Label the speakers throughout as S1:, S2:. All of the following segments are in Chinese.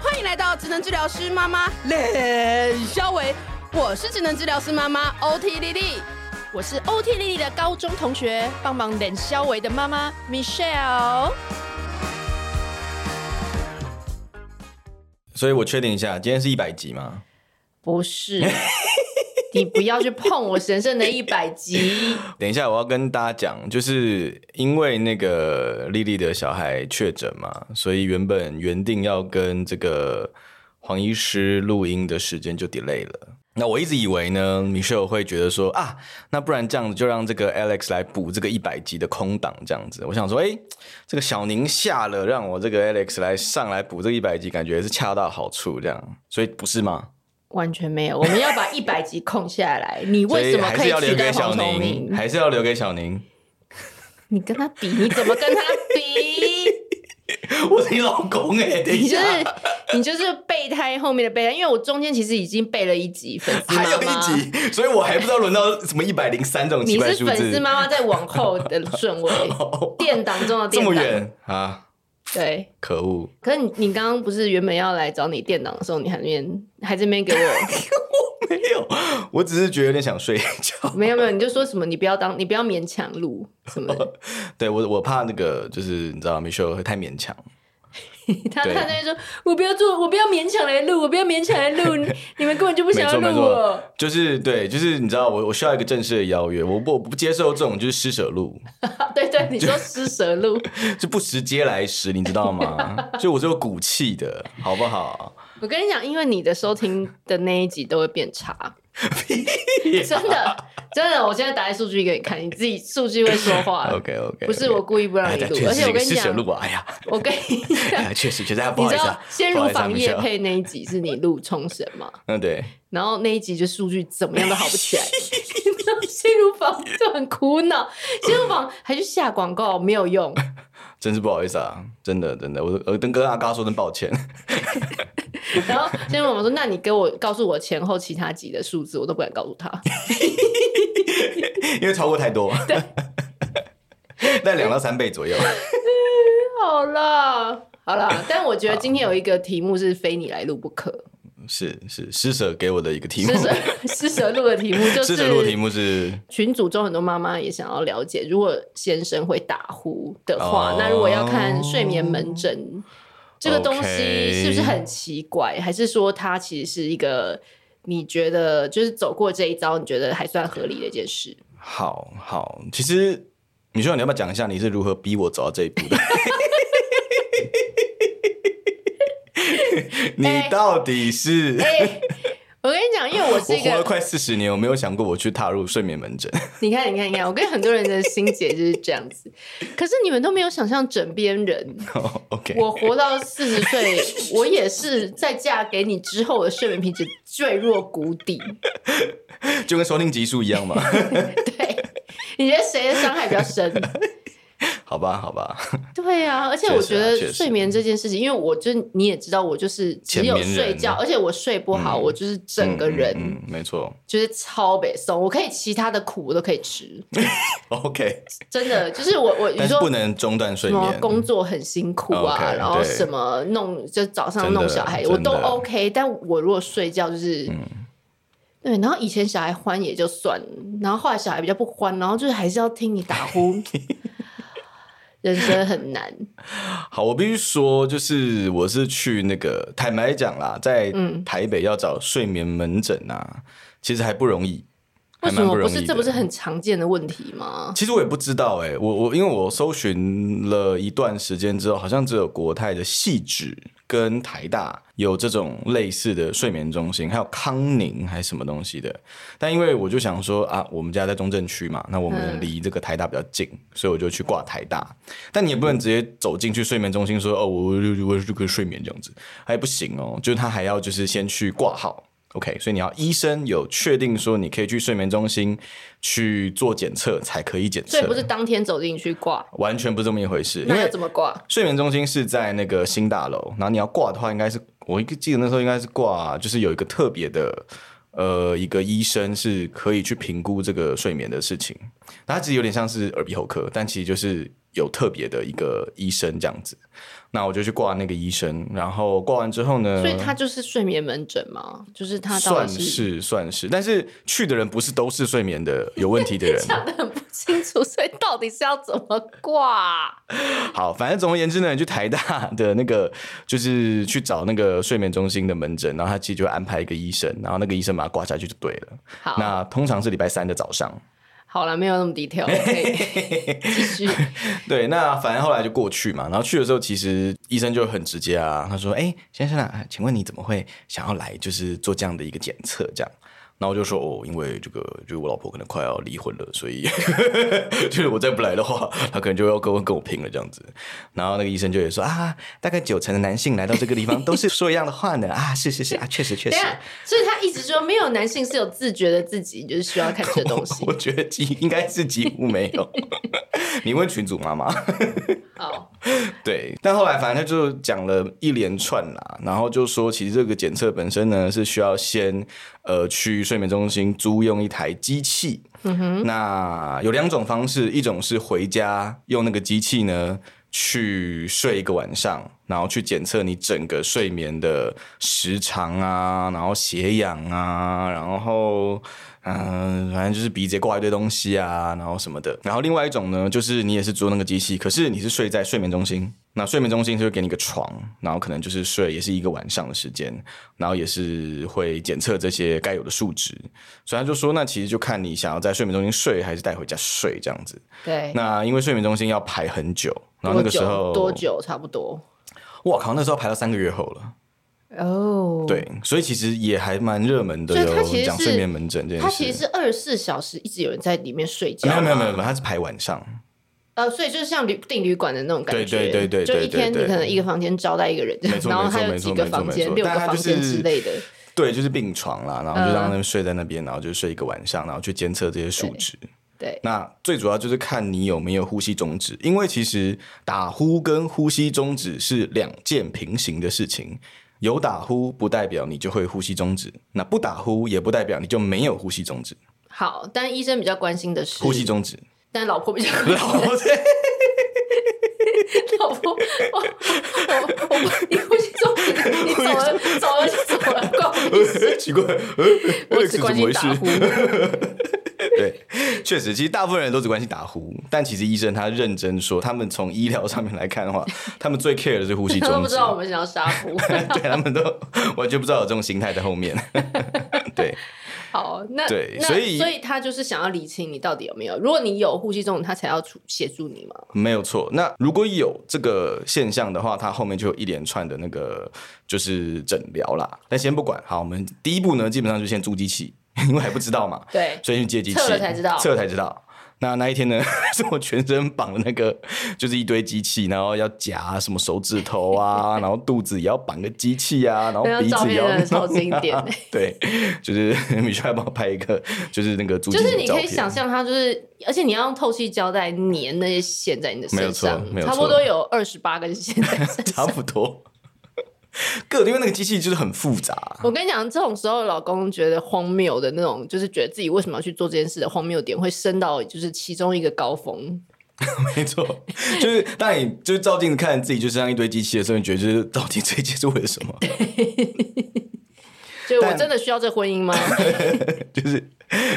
S1: 欢迎来到职能治疗师妈妈冷肖维，我是职能治疗师妈妈 OT 丽丽。
S2: 我是 OT 丽丽的高中同学，帮忙冷肖维的妈妈 Michelle。
S3: 所以我确定一下，今天是一百集吗？
S2: 不是， 你不要去碰我神圣的一百集。
S3: 等一下，我要跟大家讲，就是因为那个丽丽的小孩确诊嘛，所以原本原定要跟这个黄医师录音的时间就 delay 了。那我一直以为呢，米秀会觉得说啊，那不然这样子就让这个 Alex 来补这个一百集的空档，这样子。我想说，哎、这个小宁下了，让我这个 Alex 来上来补这一百集，感觉是恰到好处这样。所以不是吗？
S2: 完全没有，我们要 把一百集空下来。你为什么
S3: 所以还
S2: 可
S3: 是
S2: 以
S3: 要留
S2: 取代
S3: 给小
S2: 黄崇
S3: 宁？
S2: 明？
S3: 还是要留给小宁？
S2: 你跟他比，你怎么跟他 比？
S3: 我是你老公哎、等
S2: 你
S3: 一
S2: 就
S3: 下，
S2: 是你就是备胎后面的备胎，因为我中间其实已经备了一集粉丝妈
S3: 还
S2: 妈，
S3: 有一集，所以我还不知道轮到什么一百零三这种奇
S2: 你
S3: 怪
S2: 是
S3: 数
S2: 粉丝
S3: 字，哦
S2: 妈妈在往后的顺 位，垫档中的
S3: 这
S2: 垫
S3: 么
S2: 档。
S3: 远啊！
S2: 对，
S3: 可恶！
S2: 可是你你刚刚不是原本要来找你垫档的时候，你还面还这边给我
S3: 没有，我只是觉得有点想睡觉。
S2: 没有没有，你就说什么你不要当你不要勉强录什么
S3: 哦
S2: 的，
S3: 对我，我怕那个就是你知道，Michelle 会太勉强。
S2: 他
S3: 对
S2: 他在那边说我不要做，我不要勉强来录，我不要勉强来 录，你你们根本就不想要
S3: 没错没
S2: 录
S3: 错
S2: 我。
S3: 就是对，就是你知道，我我需要一个正式的邀约，我不我不接受这种就是施舍路，
S2: 对对，你说施舍 录，
S3: 就不直接来食，你知道吗？ 就我是有骨气的，好不好？
S2: 我跟你讲，因为你的收听的那一集都会变 差，真的真的，我现在打开数据给你看，你自己数据会说话。
S3: OK
S2: 啊
S3: OK，
S2: 不是我故意不让
S3: 哎
S2: 你录，而且我跟你
S3: 施舍
S2: 讲，
S3: 路啊，哎呀，
S2: 我跟你讲，
S3: 哎确实确实，哎不
S2: 你知
S3: 好意思
S2: 道
S3: 啊，
S2: 先
S3: 不
S2: 如
S3: 好意思啊
S2: 房夜，
S3: Michelle
S2: 配那一集是你录冲绳嘛？
S3: 嗯对。
S2: 然后那一集就数据怎么样都好不 起来，然后先如房就很苦恼，先如房还去下广告没有用，
S3: 真是不好意思啊，真的真的，我我跟跟阿嘎说声抱歉。
S2: 然后先如房说：“那你给我告诉我前后其他集的数字，我都不敢告诉他。
S3: 因为超过太多， 在两到三倍左右。”
S2: 好啦，好啦，但我觉得今天有一个题目是非你来录不可，
S3: 是是，施舍给我的一个题目
S2: 施，舍施舍录的题目就
S3: 施舍录的题
S2: 是。
S3: 目是
S2: 群组中很多妈妈也想要了解，如果先生会打呼的话，
S3: 哦
S2: 那如果要看睡眠门诊，这个东西
S3: OK
S2: 是不是很奇怪？还是说它其实是一个你觉得就是走过这一招，你觉得还算合理的一件事？
S3: 好好，其实你说你要不要讲一下你是如何逼我走到这一
S2: 哎
S3: 步的？ 你到底是、
S2: 哎、我跟你讲，因为我是
S3: 我
S2: 一
S3: 活了
S2: 个，
S3: 快四十年，我没有想过我去踏入睡眠门诊。
S2: 你看，你看，你看，我跟很多人的心结就是这样 子。可是你们都没有想象枕边人，
S3: OK，
S2: 我活到四十岁，我也是在嫁给你之后，我的睡眠品质坠落谷底。
S3: 就跟收听集数一样嘛，
S2: 对，你觉得谁的伤害比较深？
S3: 好吧好吧，
S2: 对啊，而且我觉
S3: 确实啊确
S2: 得
S3: 实
S2: 睡眠这件事情，因为我就你也知道，我就是只有
S3: 前面人
S2: 睡觉，而且我睡不好，我就是整个
S3: 嗯
S2: 人
S3: 嗯嗯没错。
S2: 就是超北松，我可以其他的苦我都可以吃，
S3: OK，
S2: 真的就是我我你
S3: 但是不
S2: 说。
S3: 能中断睡
S2: 什么
S3: 眠。
S2: 工作很辛苦啊
S3: OK，
S2: 然后
S3: 对
S2: 什么弄就早上
S3: 真的
S2: 弄小孩，我
S3: 真
S2: 都
S3: 的嗯
S2: OK。但我如果睡觉就是，对。然后以前小孩欢也就算了，然后后来小孩比较不欢，然后就是还是要听你打 呼，人生很难。
S3: 好，我必须说，就是我是去那个，坦白讲啦，在
S2: 嗯
S3: 台北要找睡眠门诊啊，其实还不容易，
S2: 为
S3: 还
S2: 什
S3: 蛮
S2: 么
S3: 容
S2: 不
S3: 易
S2: 是？
S3: 的
S2: 这不是？很常见的问题吗？
S3: 其实我也不知道哎、我我因为我搜寻了一段时间之后，好像只有国泰的细致跟台大有这种类似的睡眠中心，还有康宁还是什么东西的。但因为我就想说啊，我们家在中正区嘛，那我们离这个台大比较近，所以我就去挂台大。但你也不能直接走进去睡眠中心说哦，我我我这个睡眠这样子，还不行哦，就是他还要就是先去挂号。OK，所以你要医生有确定说你可以去睡眠中心去做检测才可以检测，
S2: 所以不是当天走进去挂，
S3: 完全不是这么一回事，因
S2: 那要
S3: 为
S2: 怎么挂？
S3: 睡眠中心是在那个新大楼，然后你要挂的话，应该是我记得那时候应该是挂，就是有一个特别的呃一个医生是可以去评估这个睡眠的事情。那他其实有点像是耳鼻喉科，但其实就是有特别的一个医生这样子。那我就去挂那个医生，然后挂完之后呢，
S2: 所以他就是睡眠门诊嘛，就是他到
S3: 嗯算
S2: 底是。
S3: 是算是，但是去的人不是都是睡眠的有问题的 人
S2: 讲的很不清楚，所以到底是要怎么挂、
S3: 好，反正总而言之呢，你去台大 的那个就是去找那个睡眠中心的门诊，然后他其实就会安排一个医生，然后那个医生把他挂下去就对了。
S2: 好，
S3: 那通常是礼拜三的早上。
S2: 好了，没有那么 detail，可以继续。
S3: 对，那反正后来就过去嘛，然后去的时候，其实医生就很直接啊，他说：“哎、先生啊，请问你怎么会想要来，就是做这样的一个检测这样？”然后我就说：“哦，因为这个，就是我老婆可能快要离婚了，所以 就是我再不来的话，她可能就要跟我跟我拼了这样子。”然后那个医生就也说：“啊，大概九成的男性来到这个地方都是说一样的话呢。啊，是是是啊，确实确
S2: 等
S3: 实
S2: 一。下，所以他一直说没有男性是有自觉的自己，就是需要看这东西
S3: 我。我觉得几应该是几乎没有。 你问群主妈妈。”
S2: 好，
S3: 对，但后来反正他就讲了一连串啦，然后就说其实这个检测本身呢是需要先呃去睡眠中心租用一台机器，嗯哼，那有两种方式，一种是回家用那个机器呢去睡一个晚上，然后去检测你整个睡眠的时长啊，然后血氧啊，然后。嗯，反正就是鼻子挂一堆东西啊，然后什么的。然后另外一种呢，就是你也是租那个机器，可是你是睡在睡眠中心。那睡眠中心就会给你个床，然后可能就是睡也是一个晚上的时间，然后也是会检测这些该有的数值。所以他就说，那其实就看你想要在睡眠中心睡，还是带回家睡这样子。
S2: 嗯对，
S3: 那因为睡眠中心要排很久，然后那个时候
S2: 多久？多？嗯久差不多？
S3: 我靠，那时候排到三个月后了。
S2: 哦，，
S3: 对，所以其实也还蛮热门的，
S2: 所以它
S3: 有
S2: 其实
S3: 讲
S2: 是
S3: 睡眠门诊这件事。
S2: 他其实是二十四小时一直有人在里面睡觉
S3: 没
S2: 嘛，
S3: 有没有没有，没有它是排晚上。
S2: 呃，所以就是像旅订旅馆的那种感觉，
S3: 对对对对
S2: 就一天
S3: 对对
S2: 你可能一个房间招待一个人，
S3: 没错
S2: 然后还有
S3: 没错
S2: 几个
S3: 没错
S2: 房
S3: 没
S2: 间、
S3: 错
S2: 六个
S3: 但它
S2: 房
S3: 就
S2: 间
S3: 是
S2: 之类的，
S3: 对，就是病床啦，然后就
S2: 嗯
S3: 让他们睡在那边，然后就睡一个晚上，然后去监测这些数值。
S2: 对，
S3: 那最主要就是看你有没有呼吸终止，因为其实打呼跟呼吸终止是两件平行的事情。有打呼不代表你就会呼吸终止，那不打呼也不代表你就没有呼吸终止。
S2: 好，但医生比较关心的是
S3: 呼吸，终止，
S2: 但老婆比较关心
S3: 然后
S2: 老婆，我我我我，你呼吸中止，你走了走了就走了，关我 屁事。
S3: 奇怪，呃
S2: 我
S3: Alex
S2: 只
S3: 怎
S2: 关
S3: 么
S2: 心
S3: 回事
S2: 打？呼，
S3: 对，确实，其实大部分人都只关心打呼，但其实医生他认真说，他们从医疗上面来看的话，他们最 care 的是呼 吸
S2: 他都
S3: 中
S2: 不知
S3: 止。
S2: 道我们想要杀 呼。
S3: 对他们都 完全不知道有这种心态在后面。 对，
S2: 好，那
S3: 对
S2: 那
S3: 所以
S2: 所以他就是想要理清你到底有没有。如果你有呼吸中止，他才要出协助你嘛。
S3: 没有错。那如果有这个现象的话，它后面就有一连串的那个就是诊疗啦。但先不管，好，我们第一步呢，基本上就先租机器，因为还不知道嘛，
S2: 对，
S3: 所以去借机器，
S2: 测了才知道
S3: 测了才知道。那那一天呢， 是我全身绑了那个，就是一堆机器，然后要夹什么手指头啊，然后肚子也要绑个机器啊，然后
S2: 那张
S3: 鼻
S2: 照
S3: 子也
S2: 片
S3: 要
S2: 真的超
S3: 弄啊
S2: 经 典
S3: 对，就是 米雪还帮我拍一个，就是那个租机
S2: 就
S3: 器的
S2: 是你
S3: 照
S2: 可以
S3: 片
S2: 想象，它就是，而且你要用透气胶带粘那些线在你的
S3: 没
S2: 身
S3: 有错
S2: 上，
S3: 没有
S2: 差不
S3: 错
S2: 多有二十八根线在 身
S3: 差不多。各因为那个机器就是很复杂，
S2: 我跟你讲，这种时候老公觉得荒谬的那种，就是觉得自己为什么要去做这件事的荒谬点，会升到就是其中一个高峰。
S3: 没错，就是当你就是照镜子看自己就像一堆机器的时候，你觉得就是到底这一切是为了什么？
S2: 就我
S3: 但
S2: 真的需要这婚姻吗？
S3: 就是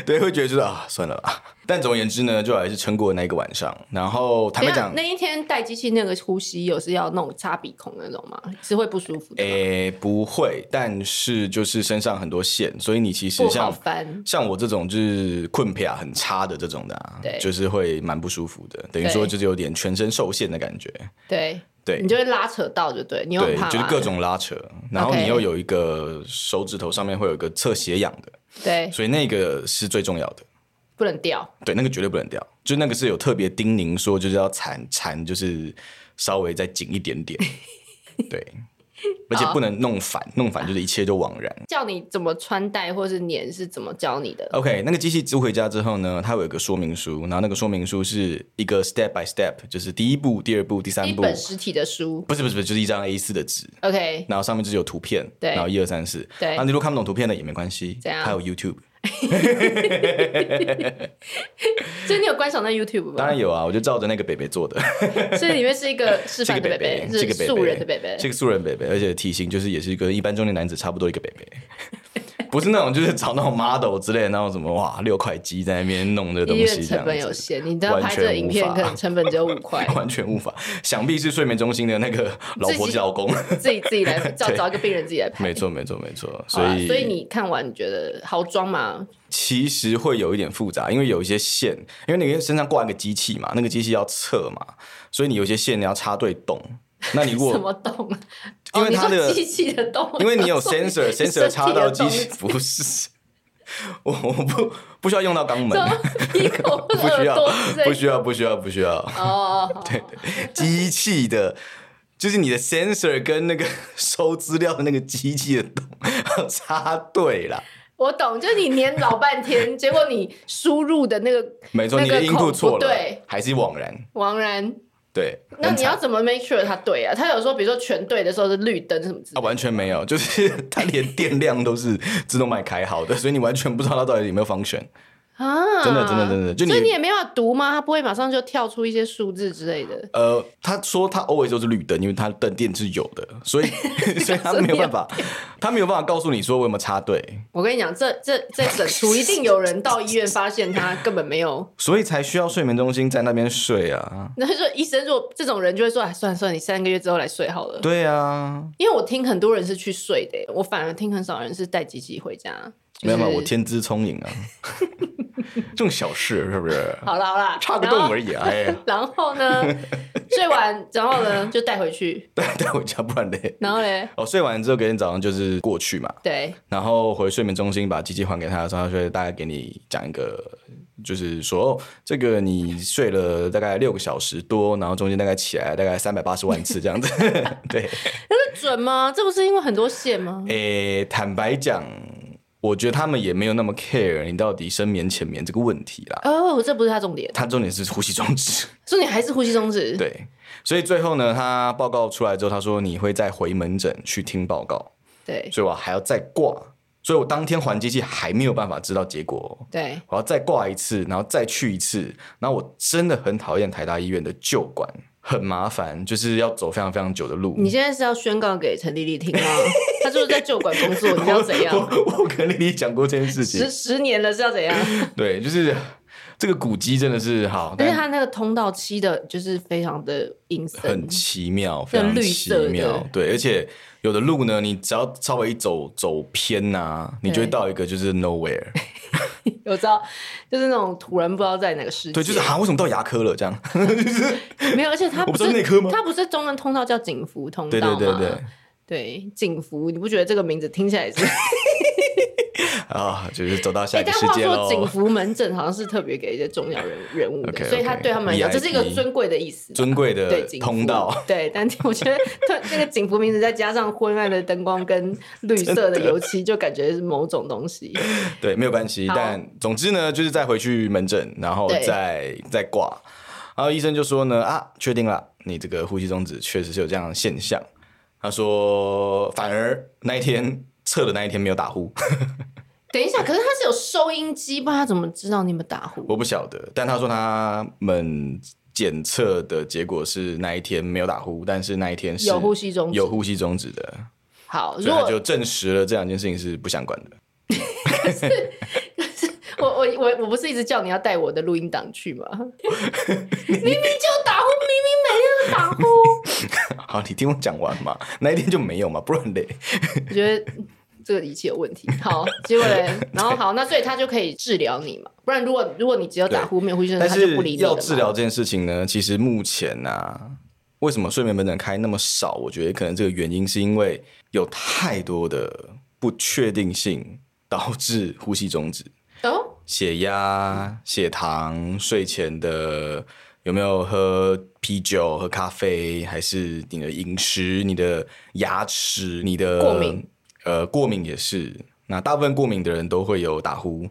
S3: 对，会觉得就是啊，算了啦。但总而言之呢，就还是撑过那一个晚上。然后坦白讲，
S2: 那一天戴机器那个呼吸，有是要那种擦鼻孔那种吗？是会不舒服的吗？
S3: 诶、不会，但是就是身上很多线，所以你其实
S2: 不好
S3: 像
S2: 翻。
S3: 像我这种就是困皮啊很差的这种的、啊
S2: 对，
S3: 就是会蛮不舒服的，等于
S2: 对
S3: 说就是有点全身受限的感觉。
S2: 对，
S3: 对
S2: 你，就会拉扯到，就对，你又很
S3: 对，
S2: 怕
S3: 就是
S2: 拉
S3: 各种拉扯，然后
S2: OK
S3: 你又有一个手指头上面会有一个测血氧的，
S2: 对，
S3: 所以那个是最重要的。
S2: 不能掉。
S3: 对，那个绝对不能掉，就那个是有特别叮咛说，就是要缠缠，就是稍微再紧一点点。 对，而且不能弄反，弄反就是一切就枉然。
S2: 叫你怎么穿戴或是粘是怎么教你的？
S3: OK，那个机器租回家之后呢，它有一个说明书，然后那个说明书是一个 step by step，就是第一步、第二步、第三
S2: 一
S3: 步，
S2: 本实体的书
S3: 不是不是不是，就是一张 A 四的纸，
S2: ，OK，
S3: 然后上面就是有图片，
S2: 对
S3: 然后一二三四，
S2: 对
S3: 那你如果看不懂图片呢也没关系，
S2: 怎样
S3: 还有 YouTube，
S2: 所以你有观赏那 YouTube
S3: 当
S2: 吧？
S3: 然有啊，我就照着那个北北 做的，
S2: 所以里面是一个示
S3: 这
S2: 范
S3: 个
S2: 的
S3: 北
S2: 北北，
S3: 这个
S2: 是
S3: 北北，
S2: 素人的北北
S3: 这。个素人北北，而且体型就是也是跟一般中年男子差不多一个北北， 不是那种就是找那种 model 之类的那种什么哇六块肌在那边弄这个
S2: 医
S3: 东
S2: 院
S3: 西这
S2: 成本
S3: 样
S2: 有
S3: 子。
S2: 限，你都要拍这个影片，
S3: 完
S2: 可
S3: 全无法，
S2: 能成本只有五块
S3: 完全无法，想必是睡眠中心的那个老
S2: 自
S3: 婆
S2: 己
S3: 及 老公。
S2: 自己自己来找找一个病人自己来拍。
S3: 没错，没错，没错。
S2: 好
S3: 所
S2: 啊
S3: 以，
S2: 所以你看完你觉得好装吗？
S3: 其实会有一点复杂，因为有一些线，因为你身上挂一个机器嘛，那个机器要测嘛，所以你有一些线你要插对洞。那你 如
S2: 什
S3: 果
S2: 么洞啊？
S3: 因为
S2: 哦你
S3: 它的
S2: 说机器的洞，
S3: 因为你 有
S2: 我想说
S3: sensor
S2: 你身
S3: sensor 插到
S2: 体的
S3: 机器， 不是，我我不不需要用到肛门
S2: 洞，，鼻孔、
S3: 不需
S2: 耳
S3: 要
S2: 朵之类的，
S3: 不需要不需要不需要
S2: 哦， 好
S3: 机器的。就是你的 sensor 跟那个 收资料的那个机器的洞要 插对啦，
S2: 我懂，就是你粘老半天，结果你输入的那个
S3: 没错，
S2: 那
S3: 你的
S2: 个
S3: 音库
S2: 孔
S3: 错
S2: 不
S3: 了
S2: 对，，
S3: 还是枉然，
S2: 枉然。
S3: 对。
S2: 那
S3: 很
S2: 你
S3: 惨
S2: 要怎么 make sure 它对啊？它有时候比如说全对的时候是绿灯什么之类
S3: 啊，
S2: 的，
S3: 完全没有，就是 它连电量都是自动帮你开好的，所以你完全不知道它到底有没有 function。
S2: 啊，
S3: 真的真的真的就你
S2: 所以你也没办法读吗？它不会马上就跳出一些数字之类的。
S3: 呃，他说他 always 都是绿灯，因为他的电是有的，所以所以他没有办法，他没有办法告诉你说我有没有插队，
S2: 我跟你讲，这这这整出一定有人到医院发现他根本没有，
S3: 所以才需要睡眠中心在那边睡啊。
S2: 那就医生如果这种人就会说，哎，算了算了，你三个月之后来睡好了。
S3: 对啊，
S2: 因为我听很多人是去睡的，欸我反而听很少人是带机器回家。就
S3: 没
S2: 是
S3: 有嘛，我天资聪颖啊，这种小事是不 是？
S2: 好啦好啦，
S3: 插个
S2: 然后
S3: 洞而已啊，哎，
S2: 然后呢， 睡完，然后呢就带回去，
S3: 带带回家不然嘞。
S2: 然后嘞，
S3: 哦，睡完之后隔天早上就是过去嘛，
S2: 对，
S3: 然后回睡眠中心把机器还给他的时候，他就会大概给你讲一个，就是说、哦、这个你睡了大概六个小时多，然后中间大概起来大概三百八十万次这样子。对，
S2: 这准吗？这不是因为很多线吗？
S3: 诶，坦白讲，我觉得他们也没有那么 care 你到底深眠浅眠这个问题啦。
S2: 哦，这不是他重点，
S3: 他重点是呼吸终止，
S2: 重点还是呼吸终止。，
S3: 对，所以最后呢，他报告出来之后，他说你会再回门诊去听报告，
S2: 对，
S3: 所以我还要再挂，所以我当天还机器还没有办法知道结果哦、
S2: 对，
S3: 我要再挂一次，然后再去一次。然后我真的很讨厌台大医院的旧馆，很麻烦，就是要走非常非常久的路。
S2: 你现在是要宣告给陈丽丽听吗？她就是在旧馆工作，你
S3: 我
S2: 知道怎样？
S3: 我我跟丽丽讲过这件事
S2: 十
S3: 情，
S2: 十年了是要怎 样？
S3: 对，就是这个古迹真的是好，
S2: 而且
S3: 但
S2: 它那个通道漆的，就是非常的阴森
S3: 很。奇妙，非常
S2: 绿
S3: 奇
S2: 色的
S3: 妙。对，而且有的路呢，你只要稍微一走走偏呐、你就会
S2: 对
S3: 到一个就是 nowhere，
S2: 我知道，就是那种突然不知道在哪个世界。
S3: 对，就是啊，为什么到牙科了这样？
S2: 没有，而且它
S3: 我不
S2: 不
S3: 知道内科吗
S2: 它不是中文通道叫景福通
S3: 对
S2: 道
S3: 对
S2: 吗？
S3: 对对，
S2: 对，景福，你不觉得这个名字听起来也是？
S3: 啊，就是走到下
S2: 哎、
S3: 一个
S2: 但
S3: 世
S2: 话
S3: 界
S2: 说
S3: 喽。
S2: 景福门诊好像是特别给一些重要 人人物的
S3: OK，OK，
S2: 所以他对他们来讲，
S3: VIP
S2: 这是一个尊贵的意思。
S3: 尊贵
S2: 对
S3: 的
S2: 景福
S3: 通道，，
S2: 对，但我觉得特那个景福名字再加上昏暗的灯光跟绿色的油漆，就感觉是某种东西。
S3: 对，没有关系。
S2: 好
S3: 但总之呢，就是再回去门诊，然后
S2: 对
S3: 再再挂。然后医生就说呢，啊，确定了，你这个呼吸中止确实是有这样的现象。他说，反而那一天测的那一天没有打呼，
S2: 等一下，可是他是有收音机，不然他怎么知道你们打呼？
S3: 我不晓得。但他说他们检测的结果是那一天没有打呼，但是那一天是
S2: 有呼吸中止
S3: 有呼吸中止的，
S2: 好，
S3: 所
S2: 如
S3: 以他
S2: 果
S3: 就证实了这两件事情是不相关的。
S2: 我我我我不是一直叫你要带我的录音档去 吗？明明就打呼，明明每天都打呼。
S3: 好，你听我讲完嘛，那一天就没有嘛，不然嘞。
S2: 我觉得这个仪器有问 题。好，结果嘞，然后好，那所以他就可以治疗你嘛。不然如果如果你只有打呼没有呼吸声，
S3: 但
S2: 他就是不理你了
S3: 要
S2: 嘛
S3: 治疗这件事情呢，其实目前啊，为什么睡眠门诊开那么少？我觉得可能这个原因是因为有太多的不确定性导致呼吸终止，
S2: 哦。
S3: 血压、血糖、睡前的有没有喝啤酒、喝咖啡，还是你的饮食、你的牙齿、你的
S2: 过敏，
S3: 呃，过敏也是。那大部分过敏的人都会有打呼，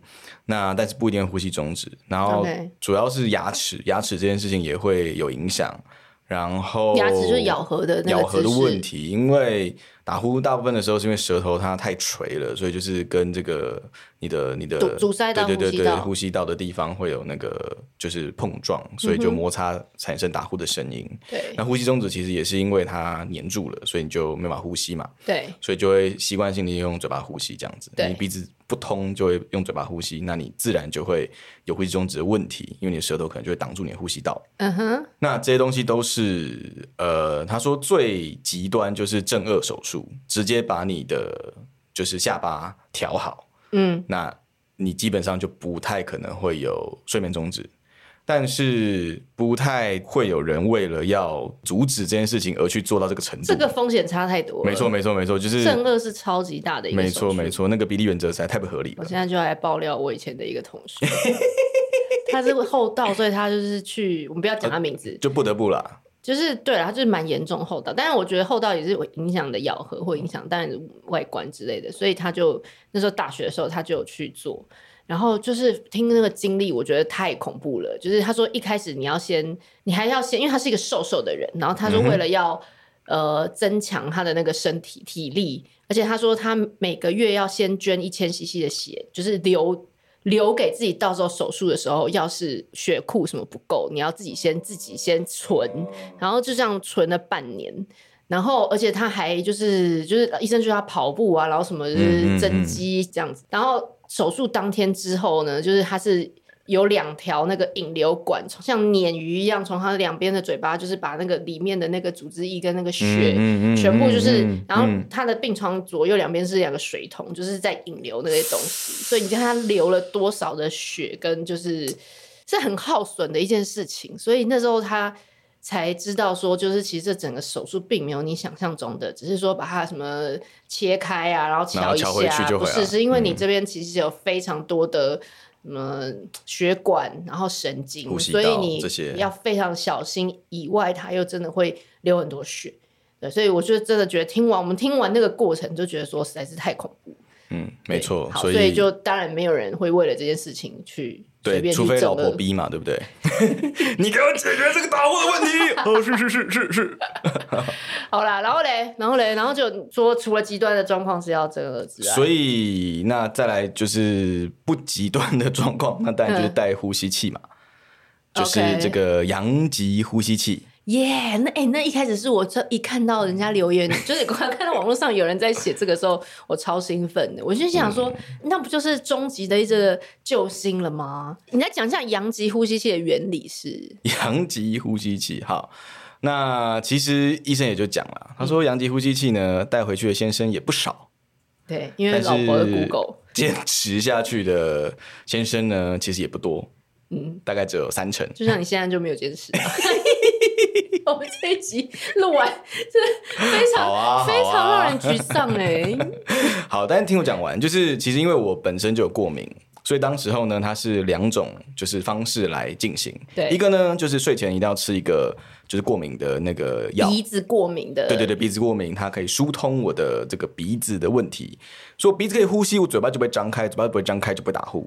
S3: 那但是不一定会呼吸终止。然后
S2: OK
S3: 主要是牙齿，牙齿这件事情也会有影响。然后
S2: 牙齿就是咬合的那个
S3: 哦咬合的
S2: 姿势
S3: 问题，因为打呼大部分的时候是因为舌头它太垂了，所以就是跟这个你的你的
S2: 堵阻塞到
S3: 对对
S2: 呼吸
S3: 对对
S2: 道
S3: 呼吸道的地方会有那个就是碰撞，所
S2: 嗯
S3: 以就摩擦产生打呼的声音。
S2: 对
S3: 那呼吸中止其实也是因为它黏住了，所以你就没办法呼吸嘛，
S2: 对
S3: 所以就会习惯性的用嘴巴呼吸这样子。
S2: 对
S3: 你鼻子不通就会用嘴巴呼吸，那你自然就会有呼吸中止的问题，因为你的舌头可能就会挡住你的呼吸道。
S2: 嗯哼，
S3: 那这些东西都是呃，他说最极端就是正颚手术，直接把你的就是下巴调好，
S2: 嗯，
S3: 那你基本上就不太可能会有睡眠中止。但是不太会有人为了要阻止这件事情而去做到这个程度。
S2: 这个风险差太多了。
S3: 没错，没错，没错，就是
S2: 正颚是超级大的一个
S3: 没
S2: 手
S3: 错，
S2: 术
S3: 没。错，那个比例原则实在太不合理
S2: 我
S3: 了。
S2: 现在就要来爆料我以前的一个同事， 他是厚道，所以他就是去，我们不要讲他名字，
S3: 就不得不啦，
S2: 就是对了，他就是蛮严重厚道，但是我觉得厚道也是会影响你的咬合，或影响当然外观之类的，所以他就那时候大学的时候他就有去做，然后就是听那个经历，我觉得太恐怖了。就是他说一开始你要先，你还要先，因为他是一个瘦瘦的人，然后他
S3: 嗯
S2: 说为了要、呃增强他的那个身体体力，而且他说他每个月要先捐一千 CC 的血，就是留。留给自己到时候手术的时候，要是血库什么不够，你要自己先自己先存，
S3: 哦
S2: 然后就这样存了半年，然后而且他还就是就是医生就要跑步啊，然后什么就
S3: 嗯嗯
S2: 是
S3: 嗯
S2: 增肌这样子，然后手术当天之后呢，就是他是。有两条那个引流管，从像鲶鱼一样从他两边的嘴巴，就是把那个里面的那个组织液跟那个血，
S3: 嗯嗯嗯
S2: 全部就是，
S3: 嗯嗯
S2: 然后
S3: 嗯
S2: 他的病床左右两边是两个水桶，就是在引流那些东西，所以你看他流了多少的血，跟就是是很耗损的一件事情，所以那时候他才知道说，就是其实这整个手术并没有你想象中的，只是说把它什么切开啊，然后
S3: 然后
S2: 一下
S3: 敲回去
S2: 啊，
S3: 就
S2: 不
S3: 回来嗯
S2: 是，是因为你这边其实有非常多的。什么血管，然后神经，
S3: 呼吸
S2: 所以
S3: 道
S2: 你
S3: 这些
S2: 要非常小心。以外，它又真的会流很多血，对，所以我就真的觉得听完我们听完那个过程，就觉得说实在是太恐怖。
S3: 嗯，没错
S2: 对，好
S3: 所
S2: 以就当然没有人会为了这件事情去随
S3: 对，
S2: 便去
S3: 除非
S2: 整
S3: 老婆
S2: 个
S3: 逼嘛，对 不对？你给我解决这个打呼的问题。哦，是是是 是是，
S2: 好啦，然后嘞，然后嘞，然后就说除了极端的状况是要这个之外，
S3: 所以那再来就是不极端的状况，那当然就是
S2: 嗯
S3: 带呼吸器嘛，就
S2: OK
S3: 是这个阳极呼吸器。
S2: 耶那哎、那一开始是我这一看到
S3: 嗯
S2: 人家留言，就是我 看到网络上有人在写这个时候，我超兴奋的，我就想
S3: 嗯
S2: 说，那不就是终极的一个救星了吗？你来讲一下阳极呼吸器的原理是，
S3: 阳极呼吸器，好。那其实医生也就讲了，
S2: 嗯
S3: 他说阳极呼吸器呢，带回去的先生也不少，
S2: 对，因为
S3: 但是
S2: 老婆的 Google，
S3: 坚持下去的先生呢，其实也不多，嗯，大概只有 三成。
S2: 就像你现在就没有坚持。 我们这一集录完，真的非常、
S3: 好啊好啊
S2: 非常让人沮丧哎、
S3: 好，但是听我讲完，就是其实因为我本身就有过敏，所以当时候呢，它是两种就是方式来进行。
S2: 对
S3: 一个呢就是睡前一定要吃一个就是过敏的那个药。
S2: 鼻子过敏的，
S3: 对对对，鼻子过敏，它可以疏通我的这个鼻子的问题，所以我鼻子可以呼吸，我嘴巴就不会张开，嘴巴不会张开就不会打呼。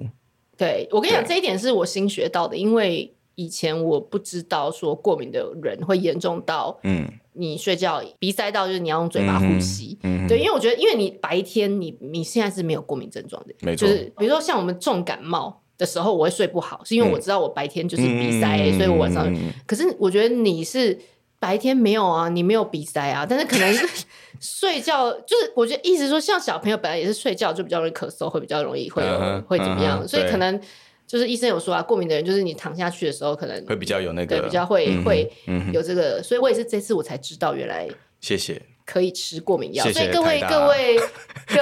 S2: 对我跟你讲，
S3: 对
S2: 这一点是我新学到的，因为以前我不知道说过敏的人会严重到
S3: 嗯，
S2: 你睡觉鼻塞到，就是你要用嘴巴呼吸。
S3: 嗯哼嗯哼
S2: 对，因为我觉得，因为你白天你你现在是没有过敏症状的，
S3: 没
S2: 就
S3: 错
S2: 是比如说像我们重感冒。的时候我会睡不好，是因为我知道我白天就是鼻塞、
S3: 嗯
S2: 所以我晚上。
S3: 嗯嗯嗯
S2: 可是我觉得你是白天没有啊，你没有鼻塞啊，但是可能是 睡觉，就是我觉得意思说，像小朋友本来也是睡觉就比较容易咳嗽，会比较容易会有、
S3: 嗯哼
S2: 会怎么样
S3: 嗯哼
S2: 所以
S3: 对
S2: 可能就是医生有说啊，过敏的人就是你躺下去的时候可能
S3: 会比较有那个
S2: 对比较会、
S3: 嗯哼
S2: 会
S3: 嗯哼
S2: 有这个，所以我也是这次我才知道原来。
S3: 谢谢。
S2: 可以吃过敏药。
S3: 谢谢
S2: 所以各位
S3: 台大
S2: 各位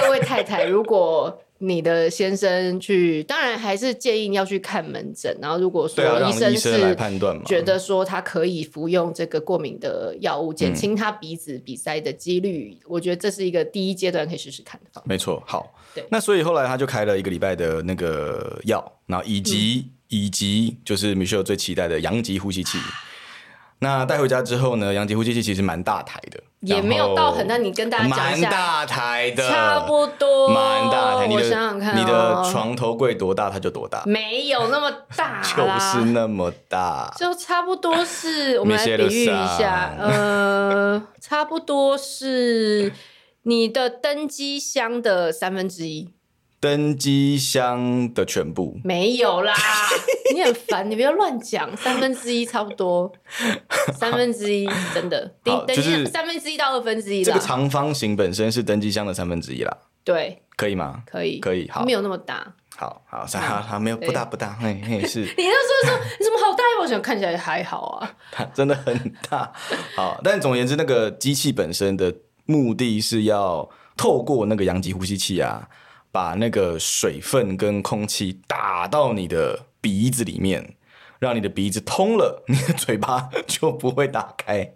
S2: 各位太太，如果你的先生去，当然还是建议要去看门诊。然后如果说
S3: 对啊，让
S2: 生
S3: 医生来
S2: 是
S3: 判断嘛。
S2: 觉得说他可以服用这个过敏的药物，
S3: 嗯
S2: 减轻他鼻子鼻塞的几率，我觉得这是一个第一阶段可以试试看的方法。
S3: 没错，好
S2: 对。
S3: 那所以后来他就开了一个礼拜的那个药，然后以及、
S2: 嗯
S3: 以及就是 Michelle 最期待的阳极呼吸器。那带回家之后呢，阳极呼吸器其实蛮大台的，
S2: 也没有到很大，
S3: 然后
S2: 你跟大家讲一
S3: 蛮
S2: 下，
S3: 大台的，
S2: 差不多，
S3: 蛮大台。你
S2: 我
S3: 的
S2: 想想看、哦，
S3: 你的床头柜多大，它就多大，
S2: 没有那么大啦，
S3: 就是那么大。
S2: 就差不多
S3: 啊
S2: 是，我们来比喻一下，呃，差不多是你的登机箱的三分之一
S3: 登机箱的全部。
S2: 没有 啦，你很烦，你不要乱讲，三分之一差不 多，三分之一真的，
S3: 好
S2: 登登机
S3: 就
S2: 箱
S3: 是
S2: 三分之一到二分之一
S3: 这个
S2: 啦，
S3: 长方形本身是登机箱的三分之一啦，
S2: 对，
S3: 可以吗？
S2: 可以，
S3: 可以好
S2: 没有那么大。
S3: 好好，好好好，没有
S2: 对
S3: 不大不大，嘿嘿是
S2: 你那时候说你怎么好大一包，我想看起来还好啊，
S3: 它真的很大。好，但总而言之，那个机器本身的目的是要透过那个阳极呼吸器啊，把那个水分跟空气打到你的鼻子里面，让你的鼻子通了，你的嘴巴 就不会打开。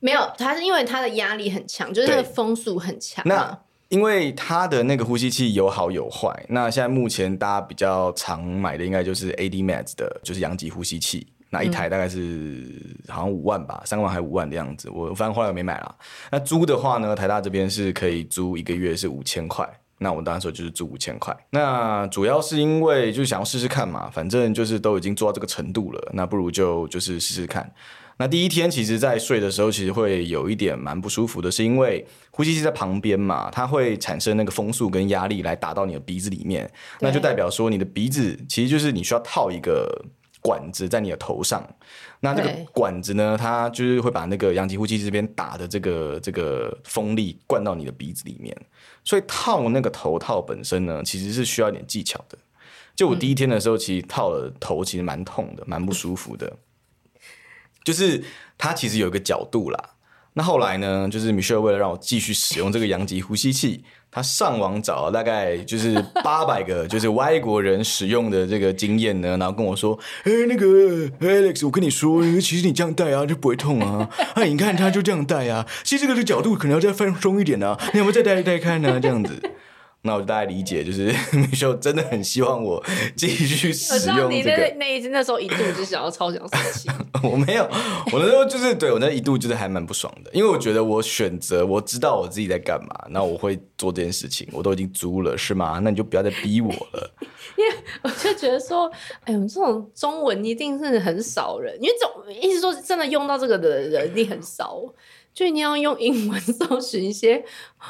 S2: 没有，它是因为它的压力很强，就是那个
S3: 对
S2: 风速很强
S3: 那
S2: 啊。
S3: 因为它的那个呼吸器有好有坏，那现在目前大家比较常买的应该就是 AD Max 的，就是阳极呼吸器。那一台大概是好像五万吧，三万还五万的样子。我反正后来我没买啦。那租的话呢，台大这边是可以租一个月是五千块。那我当时就是租五千块。那主要是因为就是想要试试看嘛，反正就是都已经做到这个程度了，那不如就就是试试看。那第一天，其实在睡的时候，其实会有一点蛮不舒服的，是因为呼吸器在旁边嘛，它会产生那个风速跟压力来打到你的鼻子里面，那就代表说你的鼻子其实就是你需要套一个管子在你的头上，那这个
S2: 对
S3: 管子呢，它就是会把那个阳极呼吸器这边打的这个这个风力灌到你的鼻子里面，所以套那个头套本身呢，其实是需要一点技巧的。就我第一天的时候，其实套了头，其实蛮痛的，蛮不舒服的。就是它其实有一个角度啦。那后来呢，就是 Michelle 为了让我继续使用这个阳极呼吸器，他上网找了大概 就是八百个就是外国人使用的这个经验呢，然后跟我说：“哎、那个 Alex，我跟你说，其实你这样戴啊就不会痛 啊。哎，你看他就这样戴啊，其实这个的角度可能要再放松一点啊，你有没有再戴一戴看呢、这 样子。”那我就大概理解，就是 Michelle 真的很希望我继续
S2: 我
S3: 使
S2: 知道
S3: 用
S2: 你
S3: 这个
S2: 那。那一那时候一度就想要超想生气，
S3: 我没有，我那时候就是对我那一度就是还蛮不爽的，因为我觉得我选择我知道我自己在干嘛，那我会做这件事情，我都已经租了是吗？那你就不要再逼我了。
S2: 我就觉得说，哎呦，这种中文一定是很少人，因为这种意思说真的用到这个的人一定很少，就一定要用英文 搜寻一些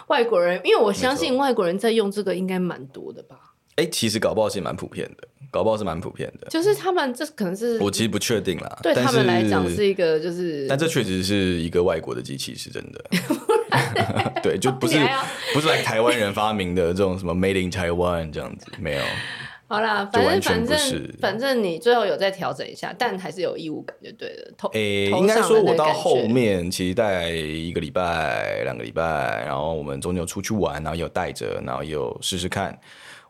S2: 外国人，因为我相信外国人在用这个应该蛮多的吧，
S3: 哎、其实搞不好是蛮普遍的，搞不好是蛮普遍的。
S2: 就是他们这可能是
S3: 我其实不确定啦，
S2: 对
S3: 但
S2: 他们来讲
S3: 是
S2: 是一个就是
S3: 但这确实是一个外国的机器，是真 的。对，就不是
S2: 你还要
S3: 不是来台湾人发明的这种什么 Made in Taiwan 这样子，没有。
S2: 好啦，
S3: 就
S2: 反正
S3: 完全
S2: 反
S3: 不
S2: 正
S3: 是
S2: 反正你最后有再调整一下，但还是有义务感就对了。头
S3: 诶、
S2: 头
S3: 应该
S2: 上的
S3: 说，我
S2: 那个
S3: 到
S2: 感觉
S3: 后面其实带一个礼拜、两个礼拜，然后我们中间有出去玩，然后也有带着，然后也有试试看。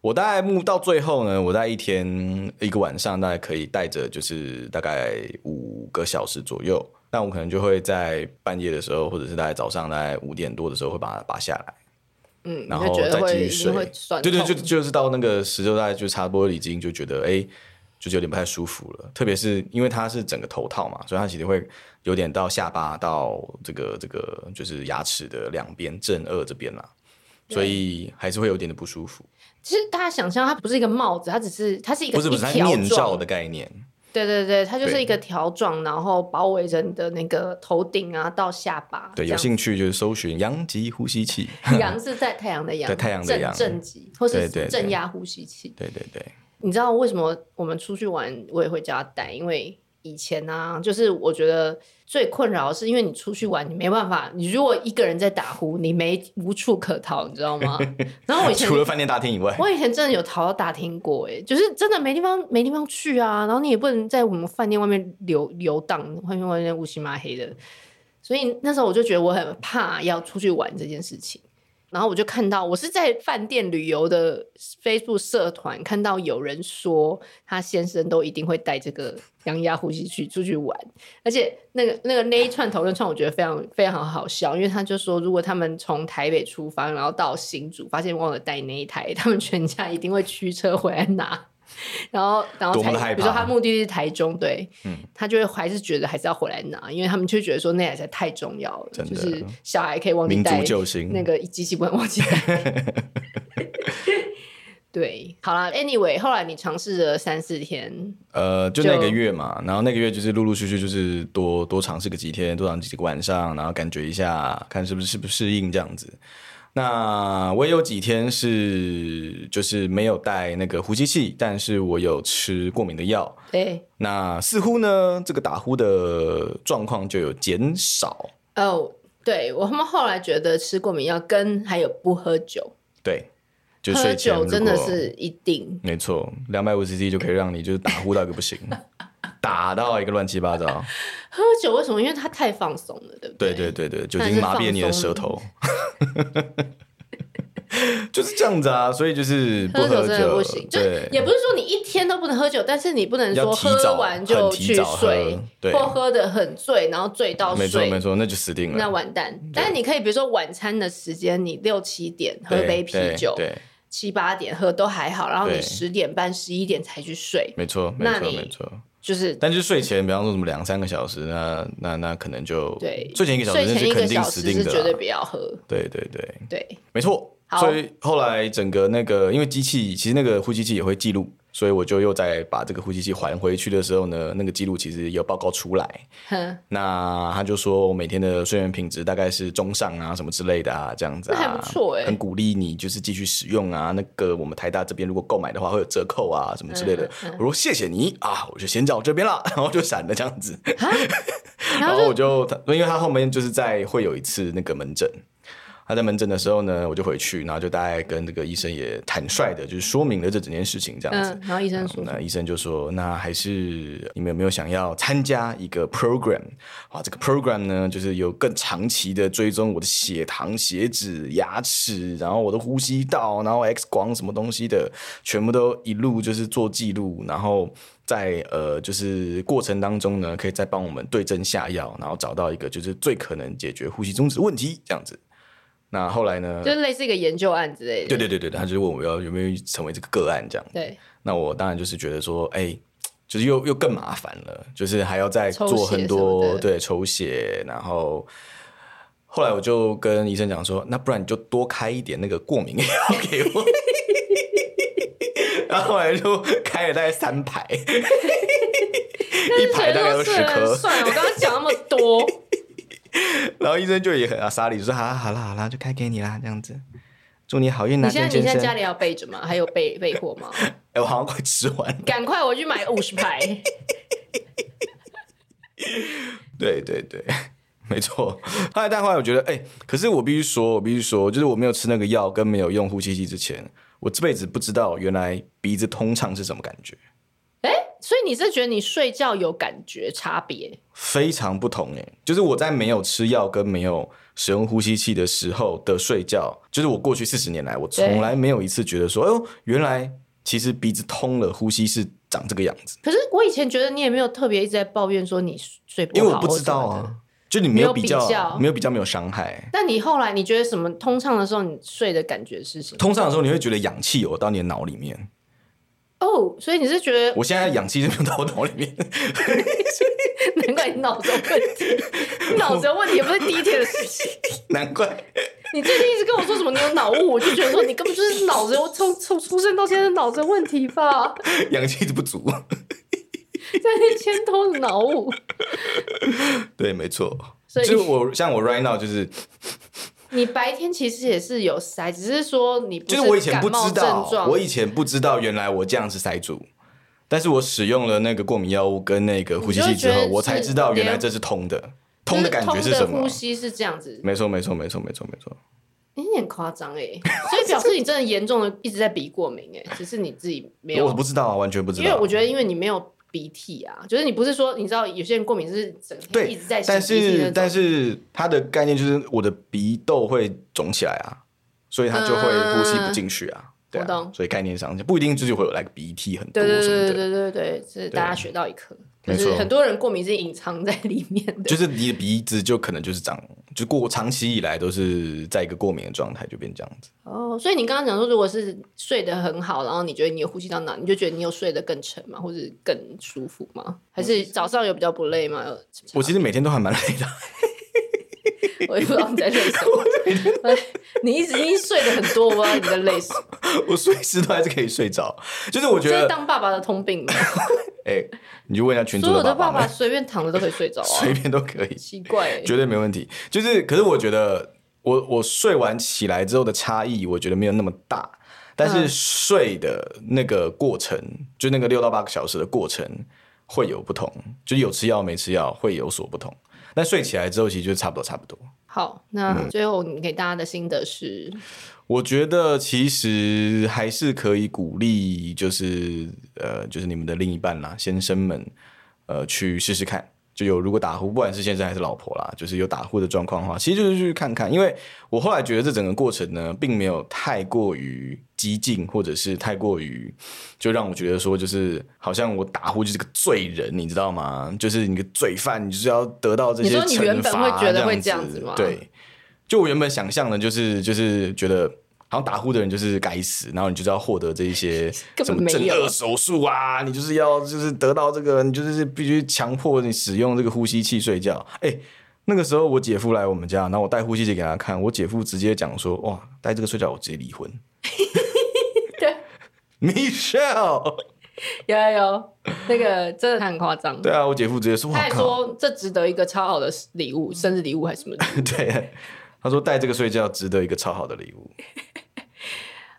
S3: 我大概目到最后呢，我大概一天一个晚上大概可以带着，就是大概五个小时左右。那我可能就会在半夜的时候，或者是大概早上大概五点多的时候会把它拔下来，
S2: 嗯，
S3: 然
S2: 你
S3: 后
S2: 就觉得
S3: 再继
S2: 会
S3: 续睡
S2: 你会酸。
S3: 对对，就就是到那个十六大概就差不多已经就觉得哎、就是有点不太舒服了。特别是因为它是整个头套嘛，所以它其实会有点到下巴到这个这个就是牙齿的两边正颚这边啦，所以还是会有点的不舒服。
S2: 其实大家想象它不是一个帽子，它只是它是一个
S3: 不是不是，它
S2: 一
S3: 是
S2: 条
S3: 面罩
S2: 状
S3: 的概念，
S2: 对对对，它就是
S3: 对
S2: 一个条状，然后包围着你的那个头顶啊到下巴。
S3: 对，
S2: 这
S3: 有
S2: 样
S3: 兴趣就是搜寻阳极呼吸器。
S2: 阳是在太阳的阳，
S3: 对太阳的阳
S2: 正正极或是
S3: 对对对
S2: 正压呼吸器。
S3: 对对对，
S2: 你知道为什么我们出去玩我也会叫他带？因为以前啊，就是我觉得最困扰的是，因为你出去玩，你没办法，你如果一个人在打呼，你没无处可逃，你知道 吗？然后我以前
S3: 除了饭店大厅以外，
S2: 我以前真的有逃到大厅过、欸，就是真的没地方没地方去啊，然后你也不能在我们饭店外面游游荡，外面外面乌漆嘛黑的，所以那时候我就觉得我很怕要出去玩这件事情。然后我就看到，我是在饭店旅游的 Facebook 社团看到有人说，他先生都一定会带这个羊牙呼吸器出去玩，而且那个那个那一串讨论串，我觉得非常非常好笑，因为他就说，如果他们从台北出发，然后到新竹，发现忘了带那一台，他们全家一定会驱车回来拿。然后，然后
S3: 多么的
S2: 才
S3: 害
S2: 比如说
S3: 怕嗯
S2: 他目的地是台中，对，他就会还是觉得还是要回来拿，因为他们就觉得说那台才太重要了，
S3: 真
S2: 就
S3: 的
S2: 是小孩可以忘记
S3: 民
S2: 带
S3: 族救星
S2: 那个机器不能忘记带。 对，好啦 a n y w a y 后来你尝试了三四天，
S3: 呃，就那
S2: 就
S3: 个月嘛，然后那个月就是陆陆续续就是多多尝试个几天，多尝试几个晚上，然后感觉一下，看是不是适不适应这样子。那我也有几天是就是没有带那个呼吸器，但是我有吃过敏的药。
S2: 对，
S3: 那似乎呢，这个打呼的状况就有减少。
S2: 哦，对我们后来觉得吃过敏药跟还有不喝酒，
S3: 对，就
S2: 喝
S3: 睡前
S2: 酒真的
S3: 如果
S2: 是一定。
S3: 没错，两百五 cc 就可以让你就是打呼到一个 不行，打到一个乱七八糟。
S2: 喝酒为什么？因为它太放松了，对不
S3: 对对
S2: 对
S3: 对对，酒
S2: 那
S3: 精
S2: 是
S3: 麻
S2: 放
S3: 痹你的
S2: 松
S3: 舌头， 就是这样子啊。所以就是不
S2: 喝
S3: 喝
S2: 酒真的
S3: 酒
S2: 不行，，就是也
S3: 对，
S2: 不是说你一天都不能喝酒，但是你不能
S3: 要
S2: 说
S3: 提早
S2: 喝完就
S3: 很提
S2: 去
S3: 早喝
S2: 睡，
S3: 对
S2: 或喝的很醉，然后醉到
S3: 没错
S2: 睡
S3: 没错，那就死定
S2: 那
S3: 了。
S2: 完蛋。但是你可以，比如说晚餐的时间，你六七点喝
S3: 对
S2: 杯啤
S3: 对
S2: 酒，
S3: 对，
S2: 七八点喝都还好，然后你
S3: 对
S2: 十点半、十一点才去睡，
S3: 没错没
S2: 那
S3: 错
S2: 你
S3: 没错。
S2: 就是
S3: 但就是睡前，比方说什么两三个小时，那那那可能就
S2: 对。
S3: 睡前一个小时
S2: 睡
S3: 那
S2: 前一
S3: 是
S2: 个
S3: 肯定
S2: 小
S3: 死
S2: 时
S3: 定
S2: 是
S3: 的
S2: 绝对
S3: 啦，
S2: 不要喝，
S3: 对对对。
S2: 对，
S3: 没错
S2: 好，
S3: 所以后来整个那个，因为机器其实那个呼吸器也会记录，所以我就又再把这个呼吸器还回去的时候呢，那个记录其实也有报告出来。
S2: 哼，
S3: 那他就说我每天的睡眠品质大概是中上啊，什么之类的啊，这样子、啊，
S2: 那还不错欸
S3: 很鼓励你就是继续使用啊。那个我们台大这边如果购买的话会有折扣啊，什么之类
S2: 嗯
S3: 的。我说谢谢你啊，我就先到这边啦， 然后就闪了这样子。
S2: 然
S3: 然后
S2: 后
S3: 我
S2: 就
S3: 就，他因为他后面就是在会有一次那个门诊，他在门诊的时候呢，我就回去，然后就大概跟这个医生也坦率的，就是说明了这整件事情这样子。
S2: 嗯，然后医生说，
S3: 那医生就说：“那还是你们有没有想要参加一个 program？哇，这个 program 呢，就是有更长期的追踪我的血糖、血脂、牙齿，然后我的呼吸道，然后 X 光什么东西的，全部都一路就是做记录，然后在呃，就是过程当中呢，可以再帮我们对症下药，然后找到一个就是最可能解决呼吸终止问题这样子。那后来呢？
S2: 就是类似一个研究案之类的，
S3: 对对对对，对他就问我要有没有成为这个个案这样。”
S2: 对，
S3: 那我当然就是觉得说，哎、就是又又更麻烦了，就是还要再
S2: 抽
S3: 做
S2: 血
S3: 很
S2: 什
S3: 多
S2: 么的
S3: 对抽血，然后后来我就跟医生讲说，那不然你就多开一点那个过敏药给我。 然后后来就开了大概三排，一排大概
S2: 但
S3: 有
S2: 是
S3: 十
S2: 觉得说
S3: 颗，
S2: 算了，算了，我刚刚讲那么多，
S3: 然后医生就也很阿莎莉，就说好啊啦好啦好啦，就开给你啦，这样子，祝你好运啦，
S2: 你现在
S3: 郑
S2: 你现
S3: 先
S2: 在
S3: 生。
S2: 家
S3: 哎、
S2: 里要备着吗？还有备备货吗？
S3: 我好像快吃完了。
S2: 赶快我去买五十排，
S3: 对对对，没错。后来但后来我觉得，哎、可是我必须说，我必须说，就是我没有吃那个药跟没有用呼吸器之前，我这辈子不知道原来鼻子通畅是什么感觉，
S2: 所以你是觉得你睡觉有感觉差别？
S3: 非常不同哎、就是我在没有吃药跟没有使用呼吸器的时候的睡觉，就是我过去四十年来，我从来没有一次觉得说，哎呦，原来其实鼻子通了，呼吸是长这个样子，
S2: 可是我以前觉得你也没有特别一直在抱怨说你睡不好，
S3: 因为我不知道。啊。就你没
S2: 没
S3: 有
S2: 有
S3: 比
S2: 比
S3: 较啊，
S2: 较
S3: 没有比较，没有伤害。
S2: 那你后来你觉得什么通畅的时候，你睡的感觉是什么？
S3: 通常的时候，你会觉得氧气有到你的脑里面，
S2: 哦，所以你是觉得
S3: 我现在氧气是没有到我脑里面，
S2: 难怪你脑子有问题，你脑子有问题也不是第一天的事 情。
S3: 难怪
S2: 你最近一直跟我说什么你有脑雾，我就觉得说你根本就是脑子有从从出生到现在脑子有问题吧，
S3: 氧气不足。
S2: 在那牵头脑雾。
S3: 对，没错。
S2: 所以
S3: 就是我像我 right now 就是，
S2: 你白天其实也是有塞，只是说你不
S3: 就是我以前不
S2: 感冒
S3: 知道
S2: 症，状
S3: 我以前不知道原来我这样是塞住，但是我使用了那个过敏药物跟那个呼吸器之
S2: 你就
S3: 后，
S2: 觉得是
S3: 我才知道原来这是通的，
S2: 就
S3: 通的感觉是
S2: 通
S3: 什
S2: 的
S3: 么
S2: 呼？吸是这样子，
S3: 没错，没错，没错，没错，没错。
S2: 你很夸张哎，所以表示你真的严重的一直在鼻过敏哎、只是你自己没有
S3: 我不知道啊，完全不知
S2: 因为
S3: 道
S2: 我。觉得，因为你没有鼻涕啊，就是你不是说，你知道有些人过敏是整天一
S3: 对
S2: 直在，擤
S3: 但
S2: 鼻涕那
S3: 是
S2: 种
S3: 但是它的概念就是我的鼻窦会肿起来啊，所以它就会呼吸不进去啊。对
S2: 嗯我
S3: 啊，
S2: 懂
S3: 所以概念上不一定就是会有那个鼻涕很多
S2: 对
S3: 什么
S2: 对对
S3: 的。
S2: 对对对对，是大家学到一课。
S3: 没
S2: 就
S3: 错
S2: 是很多人过敏是隐藏在里面的，
S3: 就是你的鼻子就可能就是长，就过长期以来都是在一个过敏的状态，就变这样子。
S2: 哦。所以你刚刚讲说，如果是睡得很好，然后你觉得你有呼吸到哪，你就觉得你有睡得更沉嘛，或者更舒服吗？还
S3: 嗯
S2: 是早上有比较不累吗？有
S3: 我其实每天都还蛮累的，
S2: 我也不知道你在累什么。哎你一直已经睡得很多，我不知道你在累什么。
S3: 我随时都还是可以睡着。就是我觉
S2: 这是
S3: 得，
S2: 当爸爸的通病吧？
S3: 哎、你就问一下群
S2: 所
S3: 主
S2: 有的
S3: 爸
S2: 爸爸
S3: 们，
S2: 随便躺着都可以睡着啊
S3: 随，便都可以，
S2: 奇怪欸、
S3: 绝对没问题。就是，可是我觉得我我睡完起来之后的差异，我觉得没有那么大，但是睡的那个过程，就那个六到八个小时的过程会有不同，就有吃药没吃药会有所不同。但睡起来之后，其实就差不多差不多。
S2: 好，
S3: 嗯
S2: 那最后你给大家的心得是，
S3: 我觉得其实还是可以鼓励，就是呃，就是你们的另一半啦，先生们，呃，去试试看。就有如果打呼，不管是先生还是老婆啦，就是有打呼的状况的话，其实就是去看看。因为我后来觉得这整个过程呢，并没有太过于激进，或者是太过于就让我觉得说，就是好像我打呼就是个罪人，你知道吗？就是你个罪犯，你就是要得到这些
S2: 你
S3: 惩
S2: 说
S3: 罚。
S2: 你原本会觉得会
S3: 这
S2: 这样子吗
S3: 对，就我原本想象的，就是就是觉得。好像打呼的人就是该死，然后你就是要获得这一些
S2: 根
S3: 什
S2: 本
S3: 么
S2: 没有
S3: 正颚手术啊，你就是要就是得到这个，你就是必须强迫你使用这个呼吸器睡觉。哎、那个时候我姐夫来我们家，然后我带呼吸器给他看，我姐夫直接讲说：“哇，带这个睡觉，我直接离婚。
S2: 对，”
S3: Michelle，
S2: 有有有，那个真的很夸张。
S3: 对啊，我姐夫直接说：“
S2: 他
S3: 哇
S2: 还
S3: 靠，
S2: 说这值得一个超好的礼物，生日礼物还是什么的。
S3: 对。”他说：“带这个睡觉值得一个超好的礼物。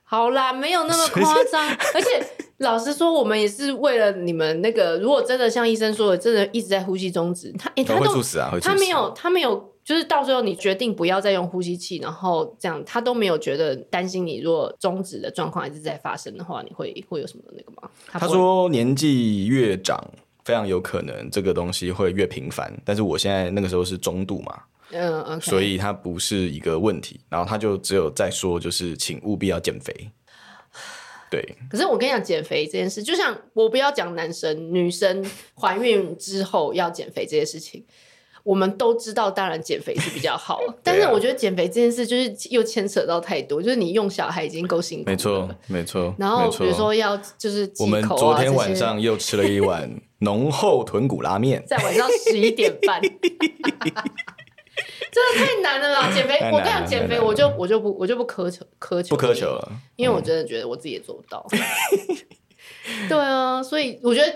S2: 好啦，没有那么夸张，而且老实说，我们也是为了你们那个，如果真的像医生说的，真的一直在呼吸中止，他诶、
S3: 哦”
S2: 他
S3: 会
S2: 都
S3: 猝死啊，会猝死。
S2: 他没有他没有，就是到最后你决定不要再用呼吸器，然后这样他都没有觉得担心你，如果中止的状况还是在发生的话，你会会有什么那个吗？他
S3: 他
S2: 不会
S3: 说年纪越长，非常有可能这个东西会越频繁。但是我现在那个时候是中度嘛，
S2: 嗯嗯，
S3: 所
S2: 以
S3: 以它不是一个问题。然后他就只有在说，就是请务必要减肥。对，
S2: 可是我跟你讲，减肥这件事，就像我不要讲男生，女生怀孕之后要减肥这件事情。我们都知道，当然减肥是比较好， 但是
S3: 啊
S2: 我觉得减肥这件事就是又牵扯到太多，就是你用小孩已经够辛苦，
S3: 没。错，没错。
S2: 然后
S3: 没错
S2: 比如说要就是忌口啊
S3: 我们昨天
S2: 这
S3: 晚
S2: 些
S3: 上又吃了一碗浓厚豚骨拉面。
S2: 在晚上十一点 半，真的太难了啦！减肥，
S3: 太难了
S2: 我跟你讲，减
S3: 太
S2: 肥
S3: 难了
S2: 我就我就不我就不苛求苛求
S3: 不苛求，了，
S2: 因为我真的觉得我自己也做不到。 对啊，所以我觉得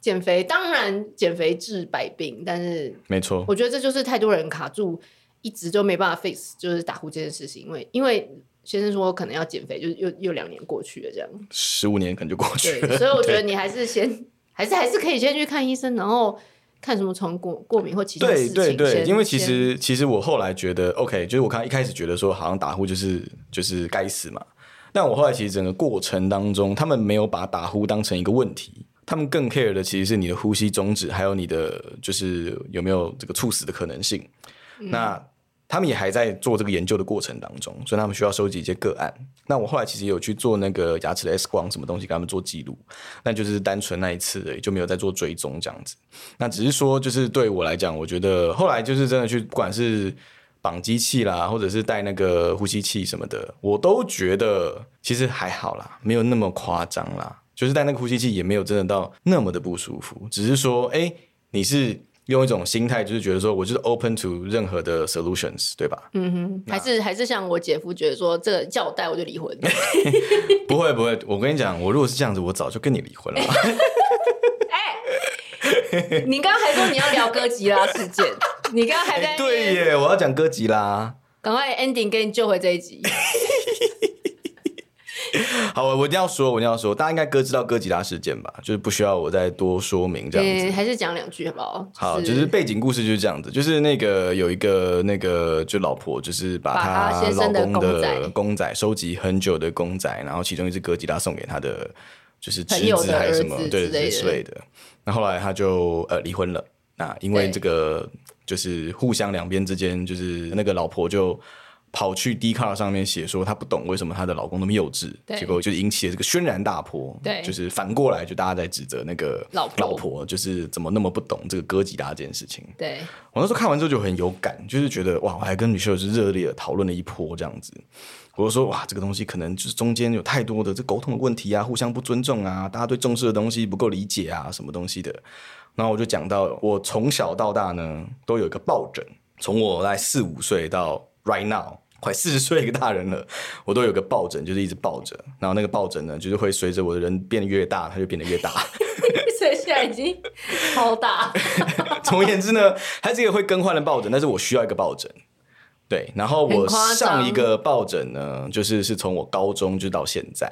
S2: 减肥当然减肥治百病，但是
S3: 没错，
S2: 我觉得这就是太多人卡住，一直就没办法 fix 就是打呼这件事情，因为因为先生说可能要减肥，就是又又两年过去了这样。
S3: 十五年可能就过去了。
S2: 对，所以我觉得
S3: 对
S2: 你还是先，还是还是可以先去看医生，然后看什么虫过过敏或其他事
S3: 对
S2: 情。
S3: 对对，
S2: 先
S3: 因为其实其实我后来觉得，OK，就是我刚一开始觉得说好像打呼就是就是该死嘛，但我后来其实整个过程当中，他们没有把打呼当成一个问题，他们更 care 的其实是你的呼吸终止，还有你的就是有没有这个猝死的可能性。
S2: 嗯
S3: 那他们也还在做这个研究的过程当中，所以他们需要收集一些个案。那我后来其实有去做那个牙齿的 X 光什么东西，给他们做记录，那就是单纯那一次而已，就没有再做追踪这样子。那只是说，就是对我来讲，我觉得后来就是真的去，不管是绑机器啦，或者是戴那个呼吸器什么的，我都觉得其实还好啦，没有那么夸张啦。就是戴那个呼吸器也没有真的到那么的不舒服，只是说，哎、你是用一种心态，就是觉得说我就是 open to 任何的 solutions，对吧？
S2: 先还是还是像我姐夫觉得说，这个叫我带我就离 婚，
S3: 不会不会，我跟你讲，我如果是这样子，我早就跟你离婚了。
S2: 你刚刚还说你要聊哥吉拉事件，你刚刚还在、
S3: 哎 对，耶，我要讲哥吉拉。
S2: 赶快 ending 给你救回这一集。
S3: 好，我我一定要说，我一定要说，大家应该哥知道哥吉拉事件吧？就是不需要我再多说明这样子。
S2: 嗯，还是讲两句好不好？
S3: 好，就是背景故事就是这样子，就是那个有一个那个就老婆，就是把
S2: 把她
S3: 她
S2: 先
S3: 老
S2: 生的
S3: 公
S2: 公仔
S3: 的公仔收集很久的公仔，然后其中一只哥吉拉送给她的就是侄
S2: 朋友
S3: 子
S2: 的
S3: 还是
S2: 儿
S3: 什么
S2: 子
S3: 对
S2: 之类的
S3: 之类的。那后来她就呃离婚了，那因为
S2: 对
S3: 这个就是互相两边之间就是那个老婆就。跑去 d c a r 上面写说她不懂为什么她的老公那么幼稚，
S2: 对
S3: 结果就引起了这个轩然大波。
S2: 对
S3: 就是反过来就大家在指责那个
S2: 老婆
S3: 老婆就是怎么那么不懂这个哥吉拉这件事情。
S2: 对，
S3: 我那时候看完之后就很有感，就是觉得哇，我还跟女 i 是热烈的讨论了一波这样子。我就说哇，这个东西可能就是中间有太多的这沟通的问题啊，互相不尊重啊，大家对重视的东西不够理解啊，什么东西的。然后我就讲到，我从小到大呢都有一个抱枕，从我来四五岁到 right now 快四十岁一个大人了，我都有个抱枕，就是一直抱着。然后那个抱枕呢，就是会随着我的人变越大，它就变得越大。
S2: 所以现在已经超大，
S3: 总而言之呢，它是一个会更换的抱枕，但是我需要一个抱枕。对，然后
S2: 很
S3: 我
S2: 夸张
S3: 上一个抱枕呢，就是是从我高中就到现在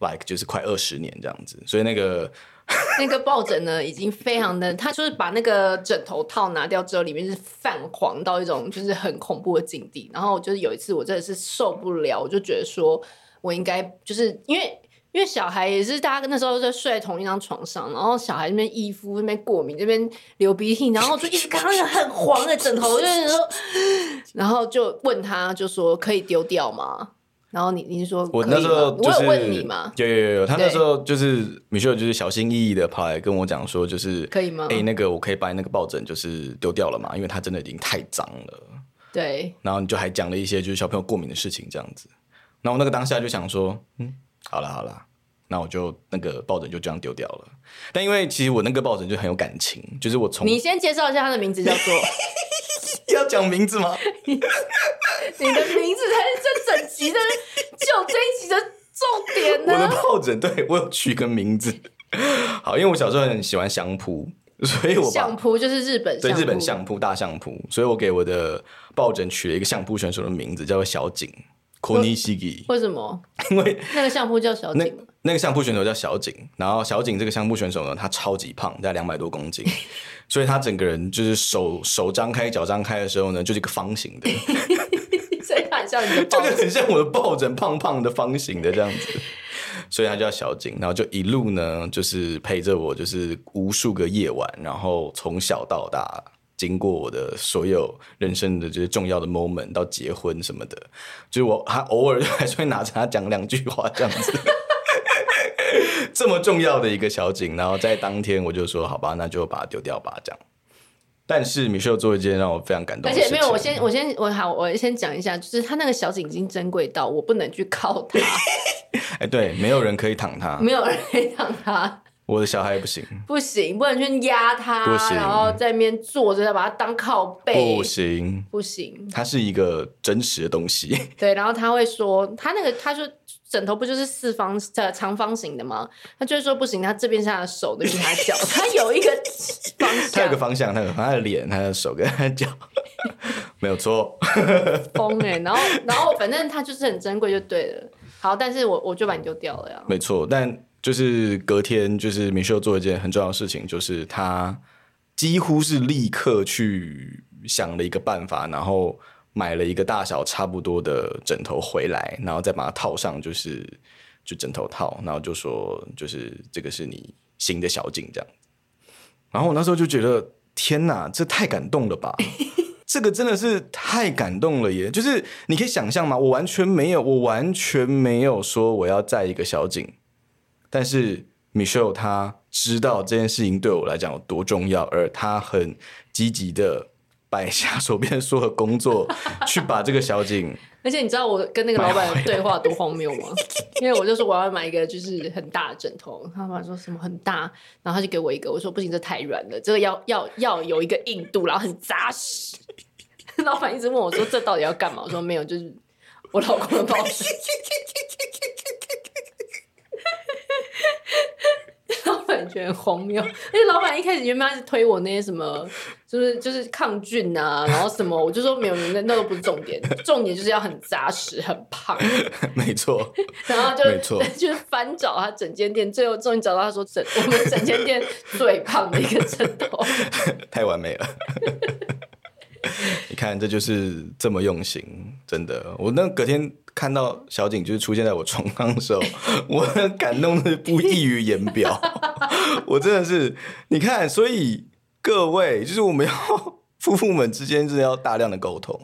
S3: ，like 就是快二十年这样子，所以那个
S2: 那个抱枕呢，已经非常的，它就是把那个枕头套拿掉之后，里面是泛黄到一种就是很恐怖的境地。然后就是有一次我真的是受不了，我就觉得说我应该就是因为。因为小孩也是，大家那时候就睡在同一张床上，然后小孩那边衣服那边过敏，这边流鼻涕，然后就一直看到那个很黄的枕头，我就是说，然后就问他，就说可以丢掉吗？然后你你是说
S3: 我
S2: 可以
S3: 那时候
S2: 吗
S3: 就
S2: 我
S3: 是
S2: 有问你吗？
S3: 有有有有，他那
S2: 对
S3: 时候就是米秀就是小心翼翼的跑来跟我讲说，就是
S2: 可以吗
S3: 哎、那个我可以把你那个抱枕就是丢掉了嘛，因为它真的已经太脏了。
S2: 对，
S3: 然后你就还讲了一些就是小朋友过敏的事情这样子。然后我那个当下就想说，嗯，好啦好啦，那我就那个抱枕就这样丢掉了。但因为其实我那个抱枕就很有感情，就是我从
S2: 你先介绍一下他的名字叫做。
S3: 要讲名字 吗？
S2: 你的名字才是这整集的，就这一集的重点
S3: 我
S2: 呢、
S3: 的抱枕对我有取一个名字，好，因为我小时候很喜欢相扑，所以我把
S2: 相扑就是日本
S3: 对
S2: 相扑，
S3: 日本相扑大相扑，所以我给我的抱枕取了一个相扑选手的名字，叫做小井 Konishigi，
S2: 为什么
S3: 因为
S2: 那个相扑叫 小
S3: 那
S2: 井？
S3: 那个相扑选手叫小井，然后小井这个相扑选手呢，他超级胖，在两百 多公斤，所以他整个人就是手手张开、脚张开的时候呢，就是一个方形的，
S2: 所以它很像你的
S3: 就
S2: 抱
S3: 是
S2: 枕。
S3: 很像我的抱枕，胖胖的、方形的这样子。所以他叫小景，然后就一路呢，就是陪着我，就是无数个夜晚，然后从小到大，经过我的所有人生的这些重要的 moment，到结婚什么的，就是我还偶尔还是会拿着他讲两句话这样子。 这么重要的一个小景，然后在当天我就说好吧，那就把它丢掉吧，这样。但是米秀做一件让我非常感动
S2: 而
S3: 的事情，
S2: 且没有，我先我先我好，我先讲一下，就是他那个小井已经珍贵到我不能去靠 它，
S3: 哎、对，没有人可以躺他，
S2: 没有人可以让它，
S3: 我的小孩不行，
S2: 不行，不能去压它
S3: 不，行
S2: 然后在那边坐着，把它当靠背，
S3: 不行，
S2: 不行，
S3: 它是一个真实的东西。
S2: 对，然后他会说，他那个他说枕头不就是四方呃长方形的吗？他就会说不行，他这边是他的手，那边是他的脚， 他有一个方
S3: 它有个
S2: 向。
S3: 方向，它有它的脸、它的手跟它的脚， 没有错。
S2: 疯哎、然后然后反正他就是很珍贵就对了。好，但是我我就把你丢掉了呀。
S3: 没错，但就是隔天，就是米秀做一件很重要的事情，就是他几乎是立刻去想了一个办法，然后买了一个大小差不多的枕头回来，然后再把它套上，就是就枕头套，然后就说就是这个是你新的小景这样。然后我那时候就觉得，天哪，这太感动了吧！这个真的是太感动了耶！就是你可以想象吗？我完全没有，我完全没有说我要载一个小景，但是 Michelle 她知道这件事情对我来讲有多重要，而她很积极的摆下手边所有工作，去把这个小景
S2: 而且你知道我跟那个老板的对话多荒谬吗？ 因为我就说我要买一个就是很大的枕头，他老板说什么很大，然后他就给我一个，我说不行，这太软了，这个要要要有一个硬度，然后很扎实。 老板一直问我说这到底要干嘛？我说没有，就是我老公的抱枕。 老板觉得很荒谬，而且老板一开始原本他是推我那些什么，就是就是抗菌啊，然后什么，我就说没有，那那都不是重点，重点就是要很扎实、很胖，
S3: 没错，
S2: 然后
S3: 没
S2: 就
S3: 错
S2: 就是翻找他整间店，最后终于找到他说整我们整间店最胖的一个枕头，
S3: 太完美了。 你看，这就是这么用心，真的。我那隔天看到小景就是出现在我床上的时候，我感动的不溢于言表。我真的是，你看，所以各位，就是我们要 夫妇们之间是要大量的沟通，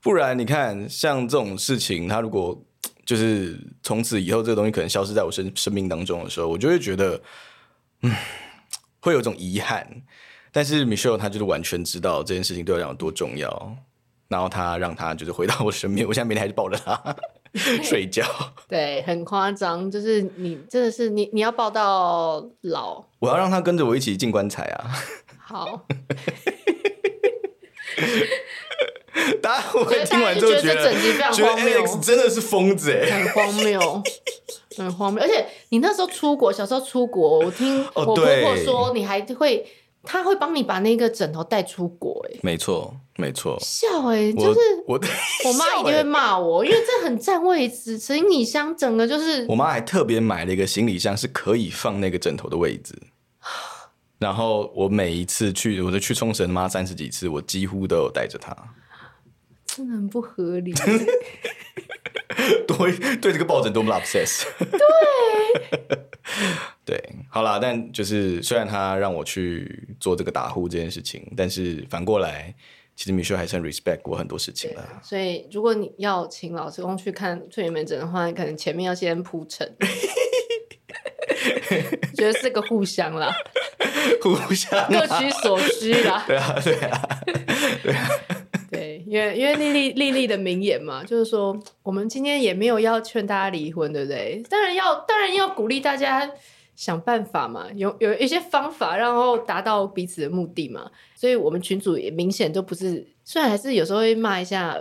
S3: 不然你看，像这种事情，它如果就是从此以后这个东西可能消失在我生生命当中的时候，我就会觉得，嗯，会有一种遗憾。但是 Michelle 她就是完全知道这件事情对我来讲有多重要，然后她让她就是回到我身边，我现在每天还是抱着 她睡觉。
S2: 对，很夸张，就是你真的是你你要抱到老，
S3: 我要让她跟着我一起进棺材啊！
S2: 好，
S3: 大家我
S2: 觉得
S3: 听完之后
S2: 大家就觉得
S3: 觉得
S2: 这整集非常
S3: 觉得
S2: 荒谬
S3: Alex 真的是疯子哎、
S2: 很荒谬，很荒谬。而且你那时候出国，小时候出国，我听我
S3: 哦
S2: 婆婆
S3: 对
S2: 说，你还会他会帮你把那个枕头带出国、欸，哎，
S3: 没错，没错。
S2: 笑哎、
S3: 我
S2: 就是
S3: 我，
S2: 我 妈一定会
S3: 欸
S2: 骂我，因为这很占位置，行李箱整个就是
S3: 我妈还特别买了一个行李箱，是可以放那个枕头的 位置。然后我每一次去，我就去冲绳妈三十几次，我几乎都有带着它。
S2: 真的很不合理。
S3: 对，对这个抱枕多么的 obsess。对， 对，好啦，但就是虽然他让我去做这个打呼这件事情，但是反过来，其实米秀还是很 respect 我很多事情啦。
S2: 所以如果你要请老师公去看睡眠诊的话，可能前面要先铺陈。觉得是个互相啦，
S3: 互相啊
S2: 各取所需啦。
S3: 对啊，对啊，
S2: 对，因为因为丽丽丽丽的名言嘛，就是说我们今天也没有要劝大家离婚，对不对？当然要，当然要鼓励大家想办法嘛，有有一些方法，然后达到彼此的目的嘛。所以我们群主也明显都不是，虽然还是有时候会骂一下。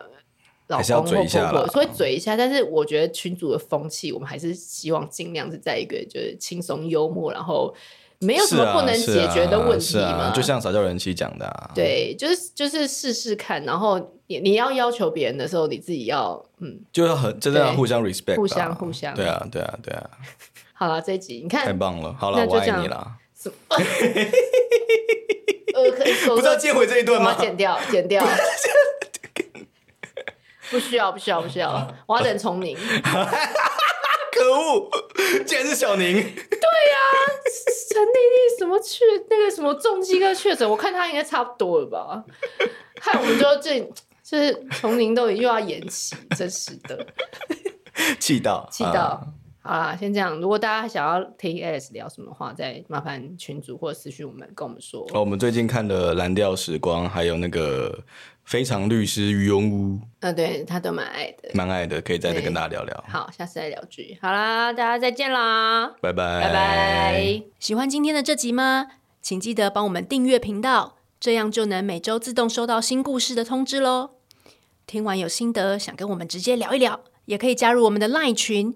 S2: 老
S3: 还是要
S2: 公
S3: 嘴
S2: 或
S3: 一下
S2: 婆婆
S3: 啦嗯
S2: 所以嘴一下，但是我觉得群主的风气，我们还是希望尽量是在一个就是轻松幽默，然后没有什
S3: 是
S2: 么
S3: 啊，
S2: 不能
S3: 是
S2: 解决的问题
S3: 是
S2: 嘛。
S3: 啊，就像撒娇人妻讲的、啊，，
S2: 对，就是就是试试看，然后你你要要求别人的时候，你自己要嗯，
S3: 就是很真的要
S2: 对
S3: 互相 respect，
S2: 互
S3: 吧
S2: 相互相
S3: 对啊，对啊，对啊，
S2: 好了，这一集你
S3: 太
S2: 看，
S3: 棒了，好
S2: 那
S3: 了，
S2: 就
S3: 我
S2: 这样
S3: 爱你啦。
S2: 呃，可以
S3: 不
S2: 我
S3: 是要接回这一
S2: 我
S3: 段吗
S2: 要？剪掉，剪 掉，不需要，不需要，不需要，我要等重 名，
S3: 可恶， 竟然是小宁。
S2: 陈丽丽什么确那个什么重疾跟确诊，我看她应该差不多了吧，害我们就这就是重名都又要延期，真是的。
S3: 气到，啊
S2: 气到。好啦，先这样。如果大家想要听 Alice 聊什么的话，再麻烦群主或私讯我们，跟我们说。
S3: 哦，我们最近看了《蓝调时光》，还有那个《非常律师于庸屋》，
S2: 嗯，对他都蛮爱的。
S3: 蛮爱的，可以在这
S2: 对
S3: 跟大家聊聊。
S2: 好，下次再聊剧。好啦，大家再见啦，
S3: 拜拜，
S2: 拜拜。
S4: 喜欢今天的这集吗？请记得帮我们订阅频道，这样就能每周自动收到新故事的通知喽。听完有心得，想跟我们直接聊一聊，也可以加入我们的 LINE 群，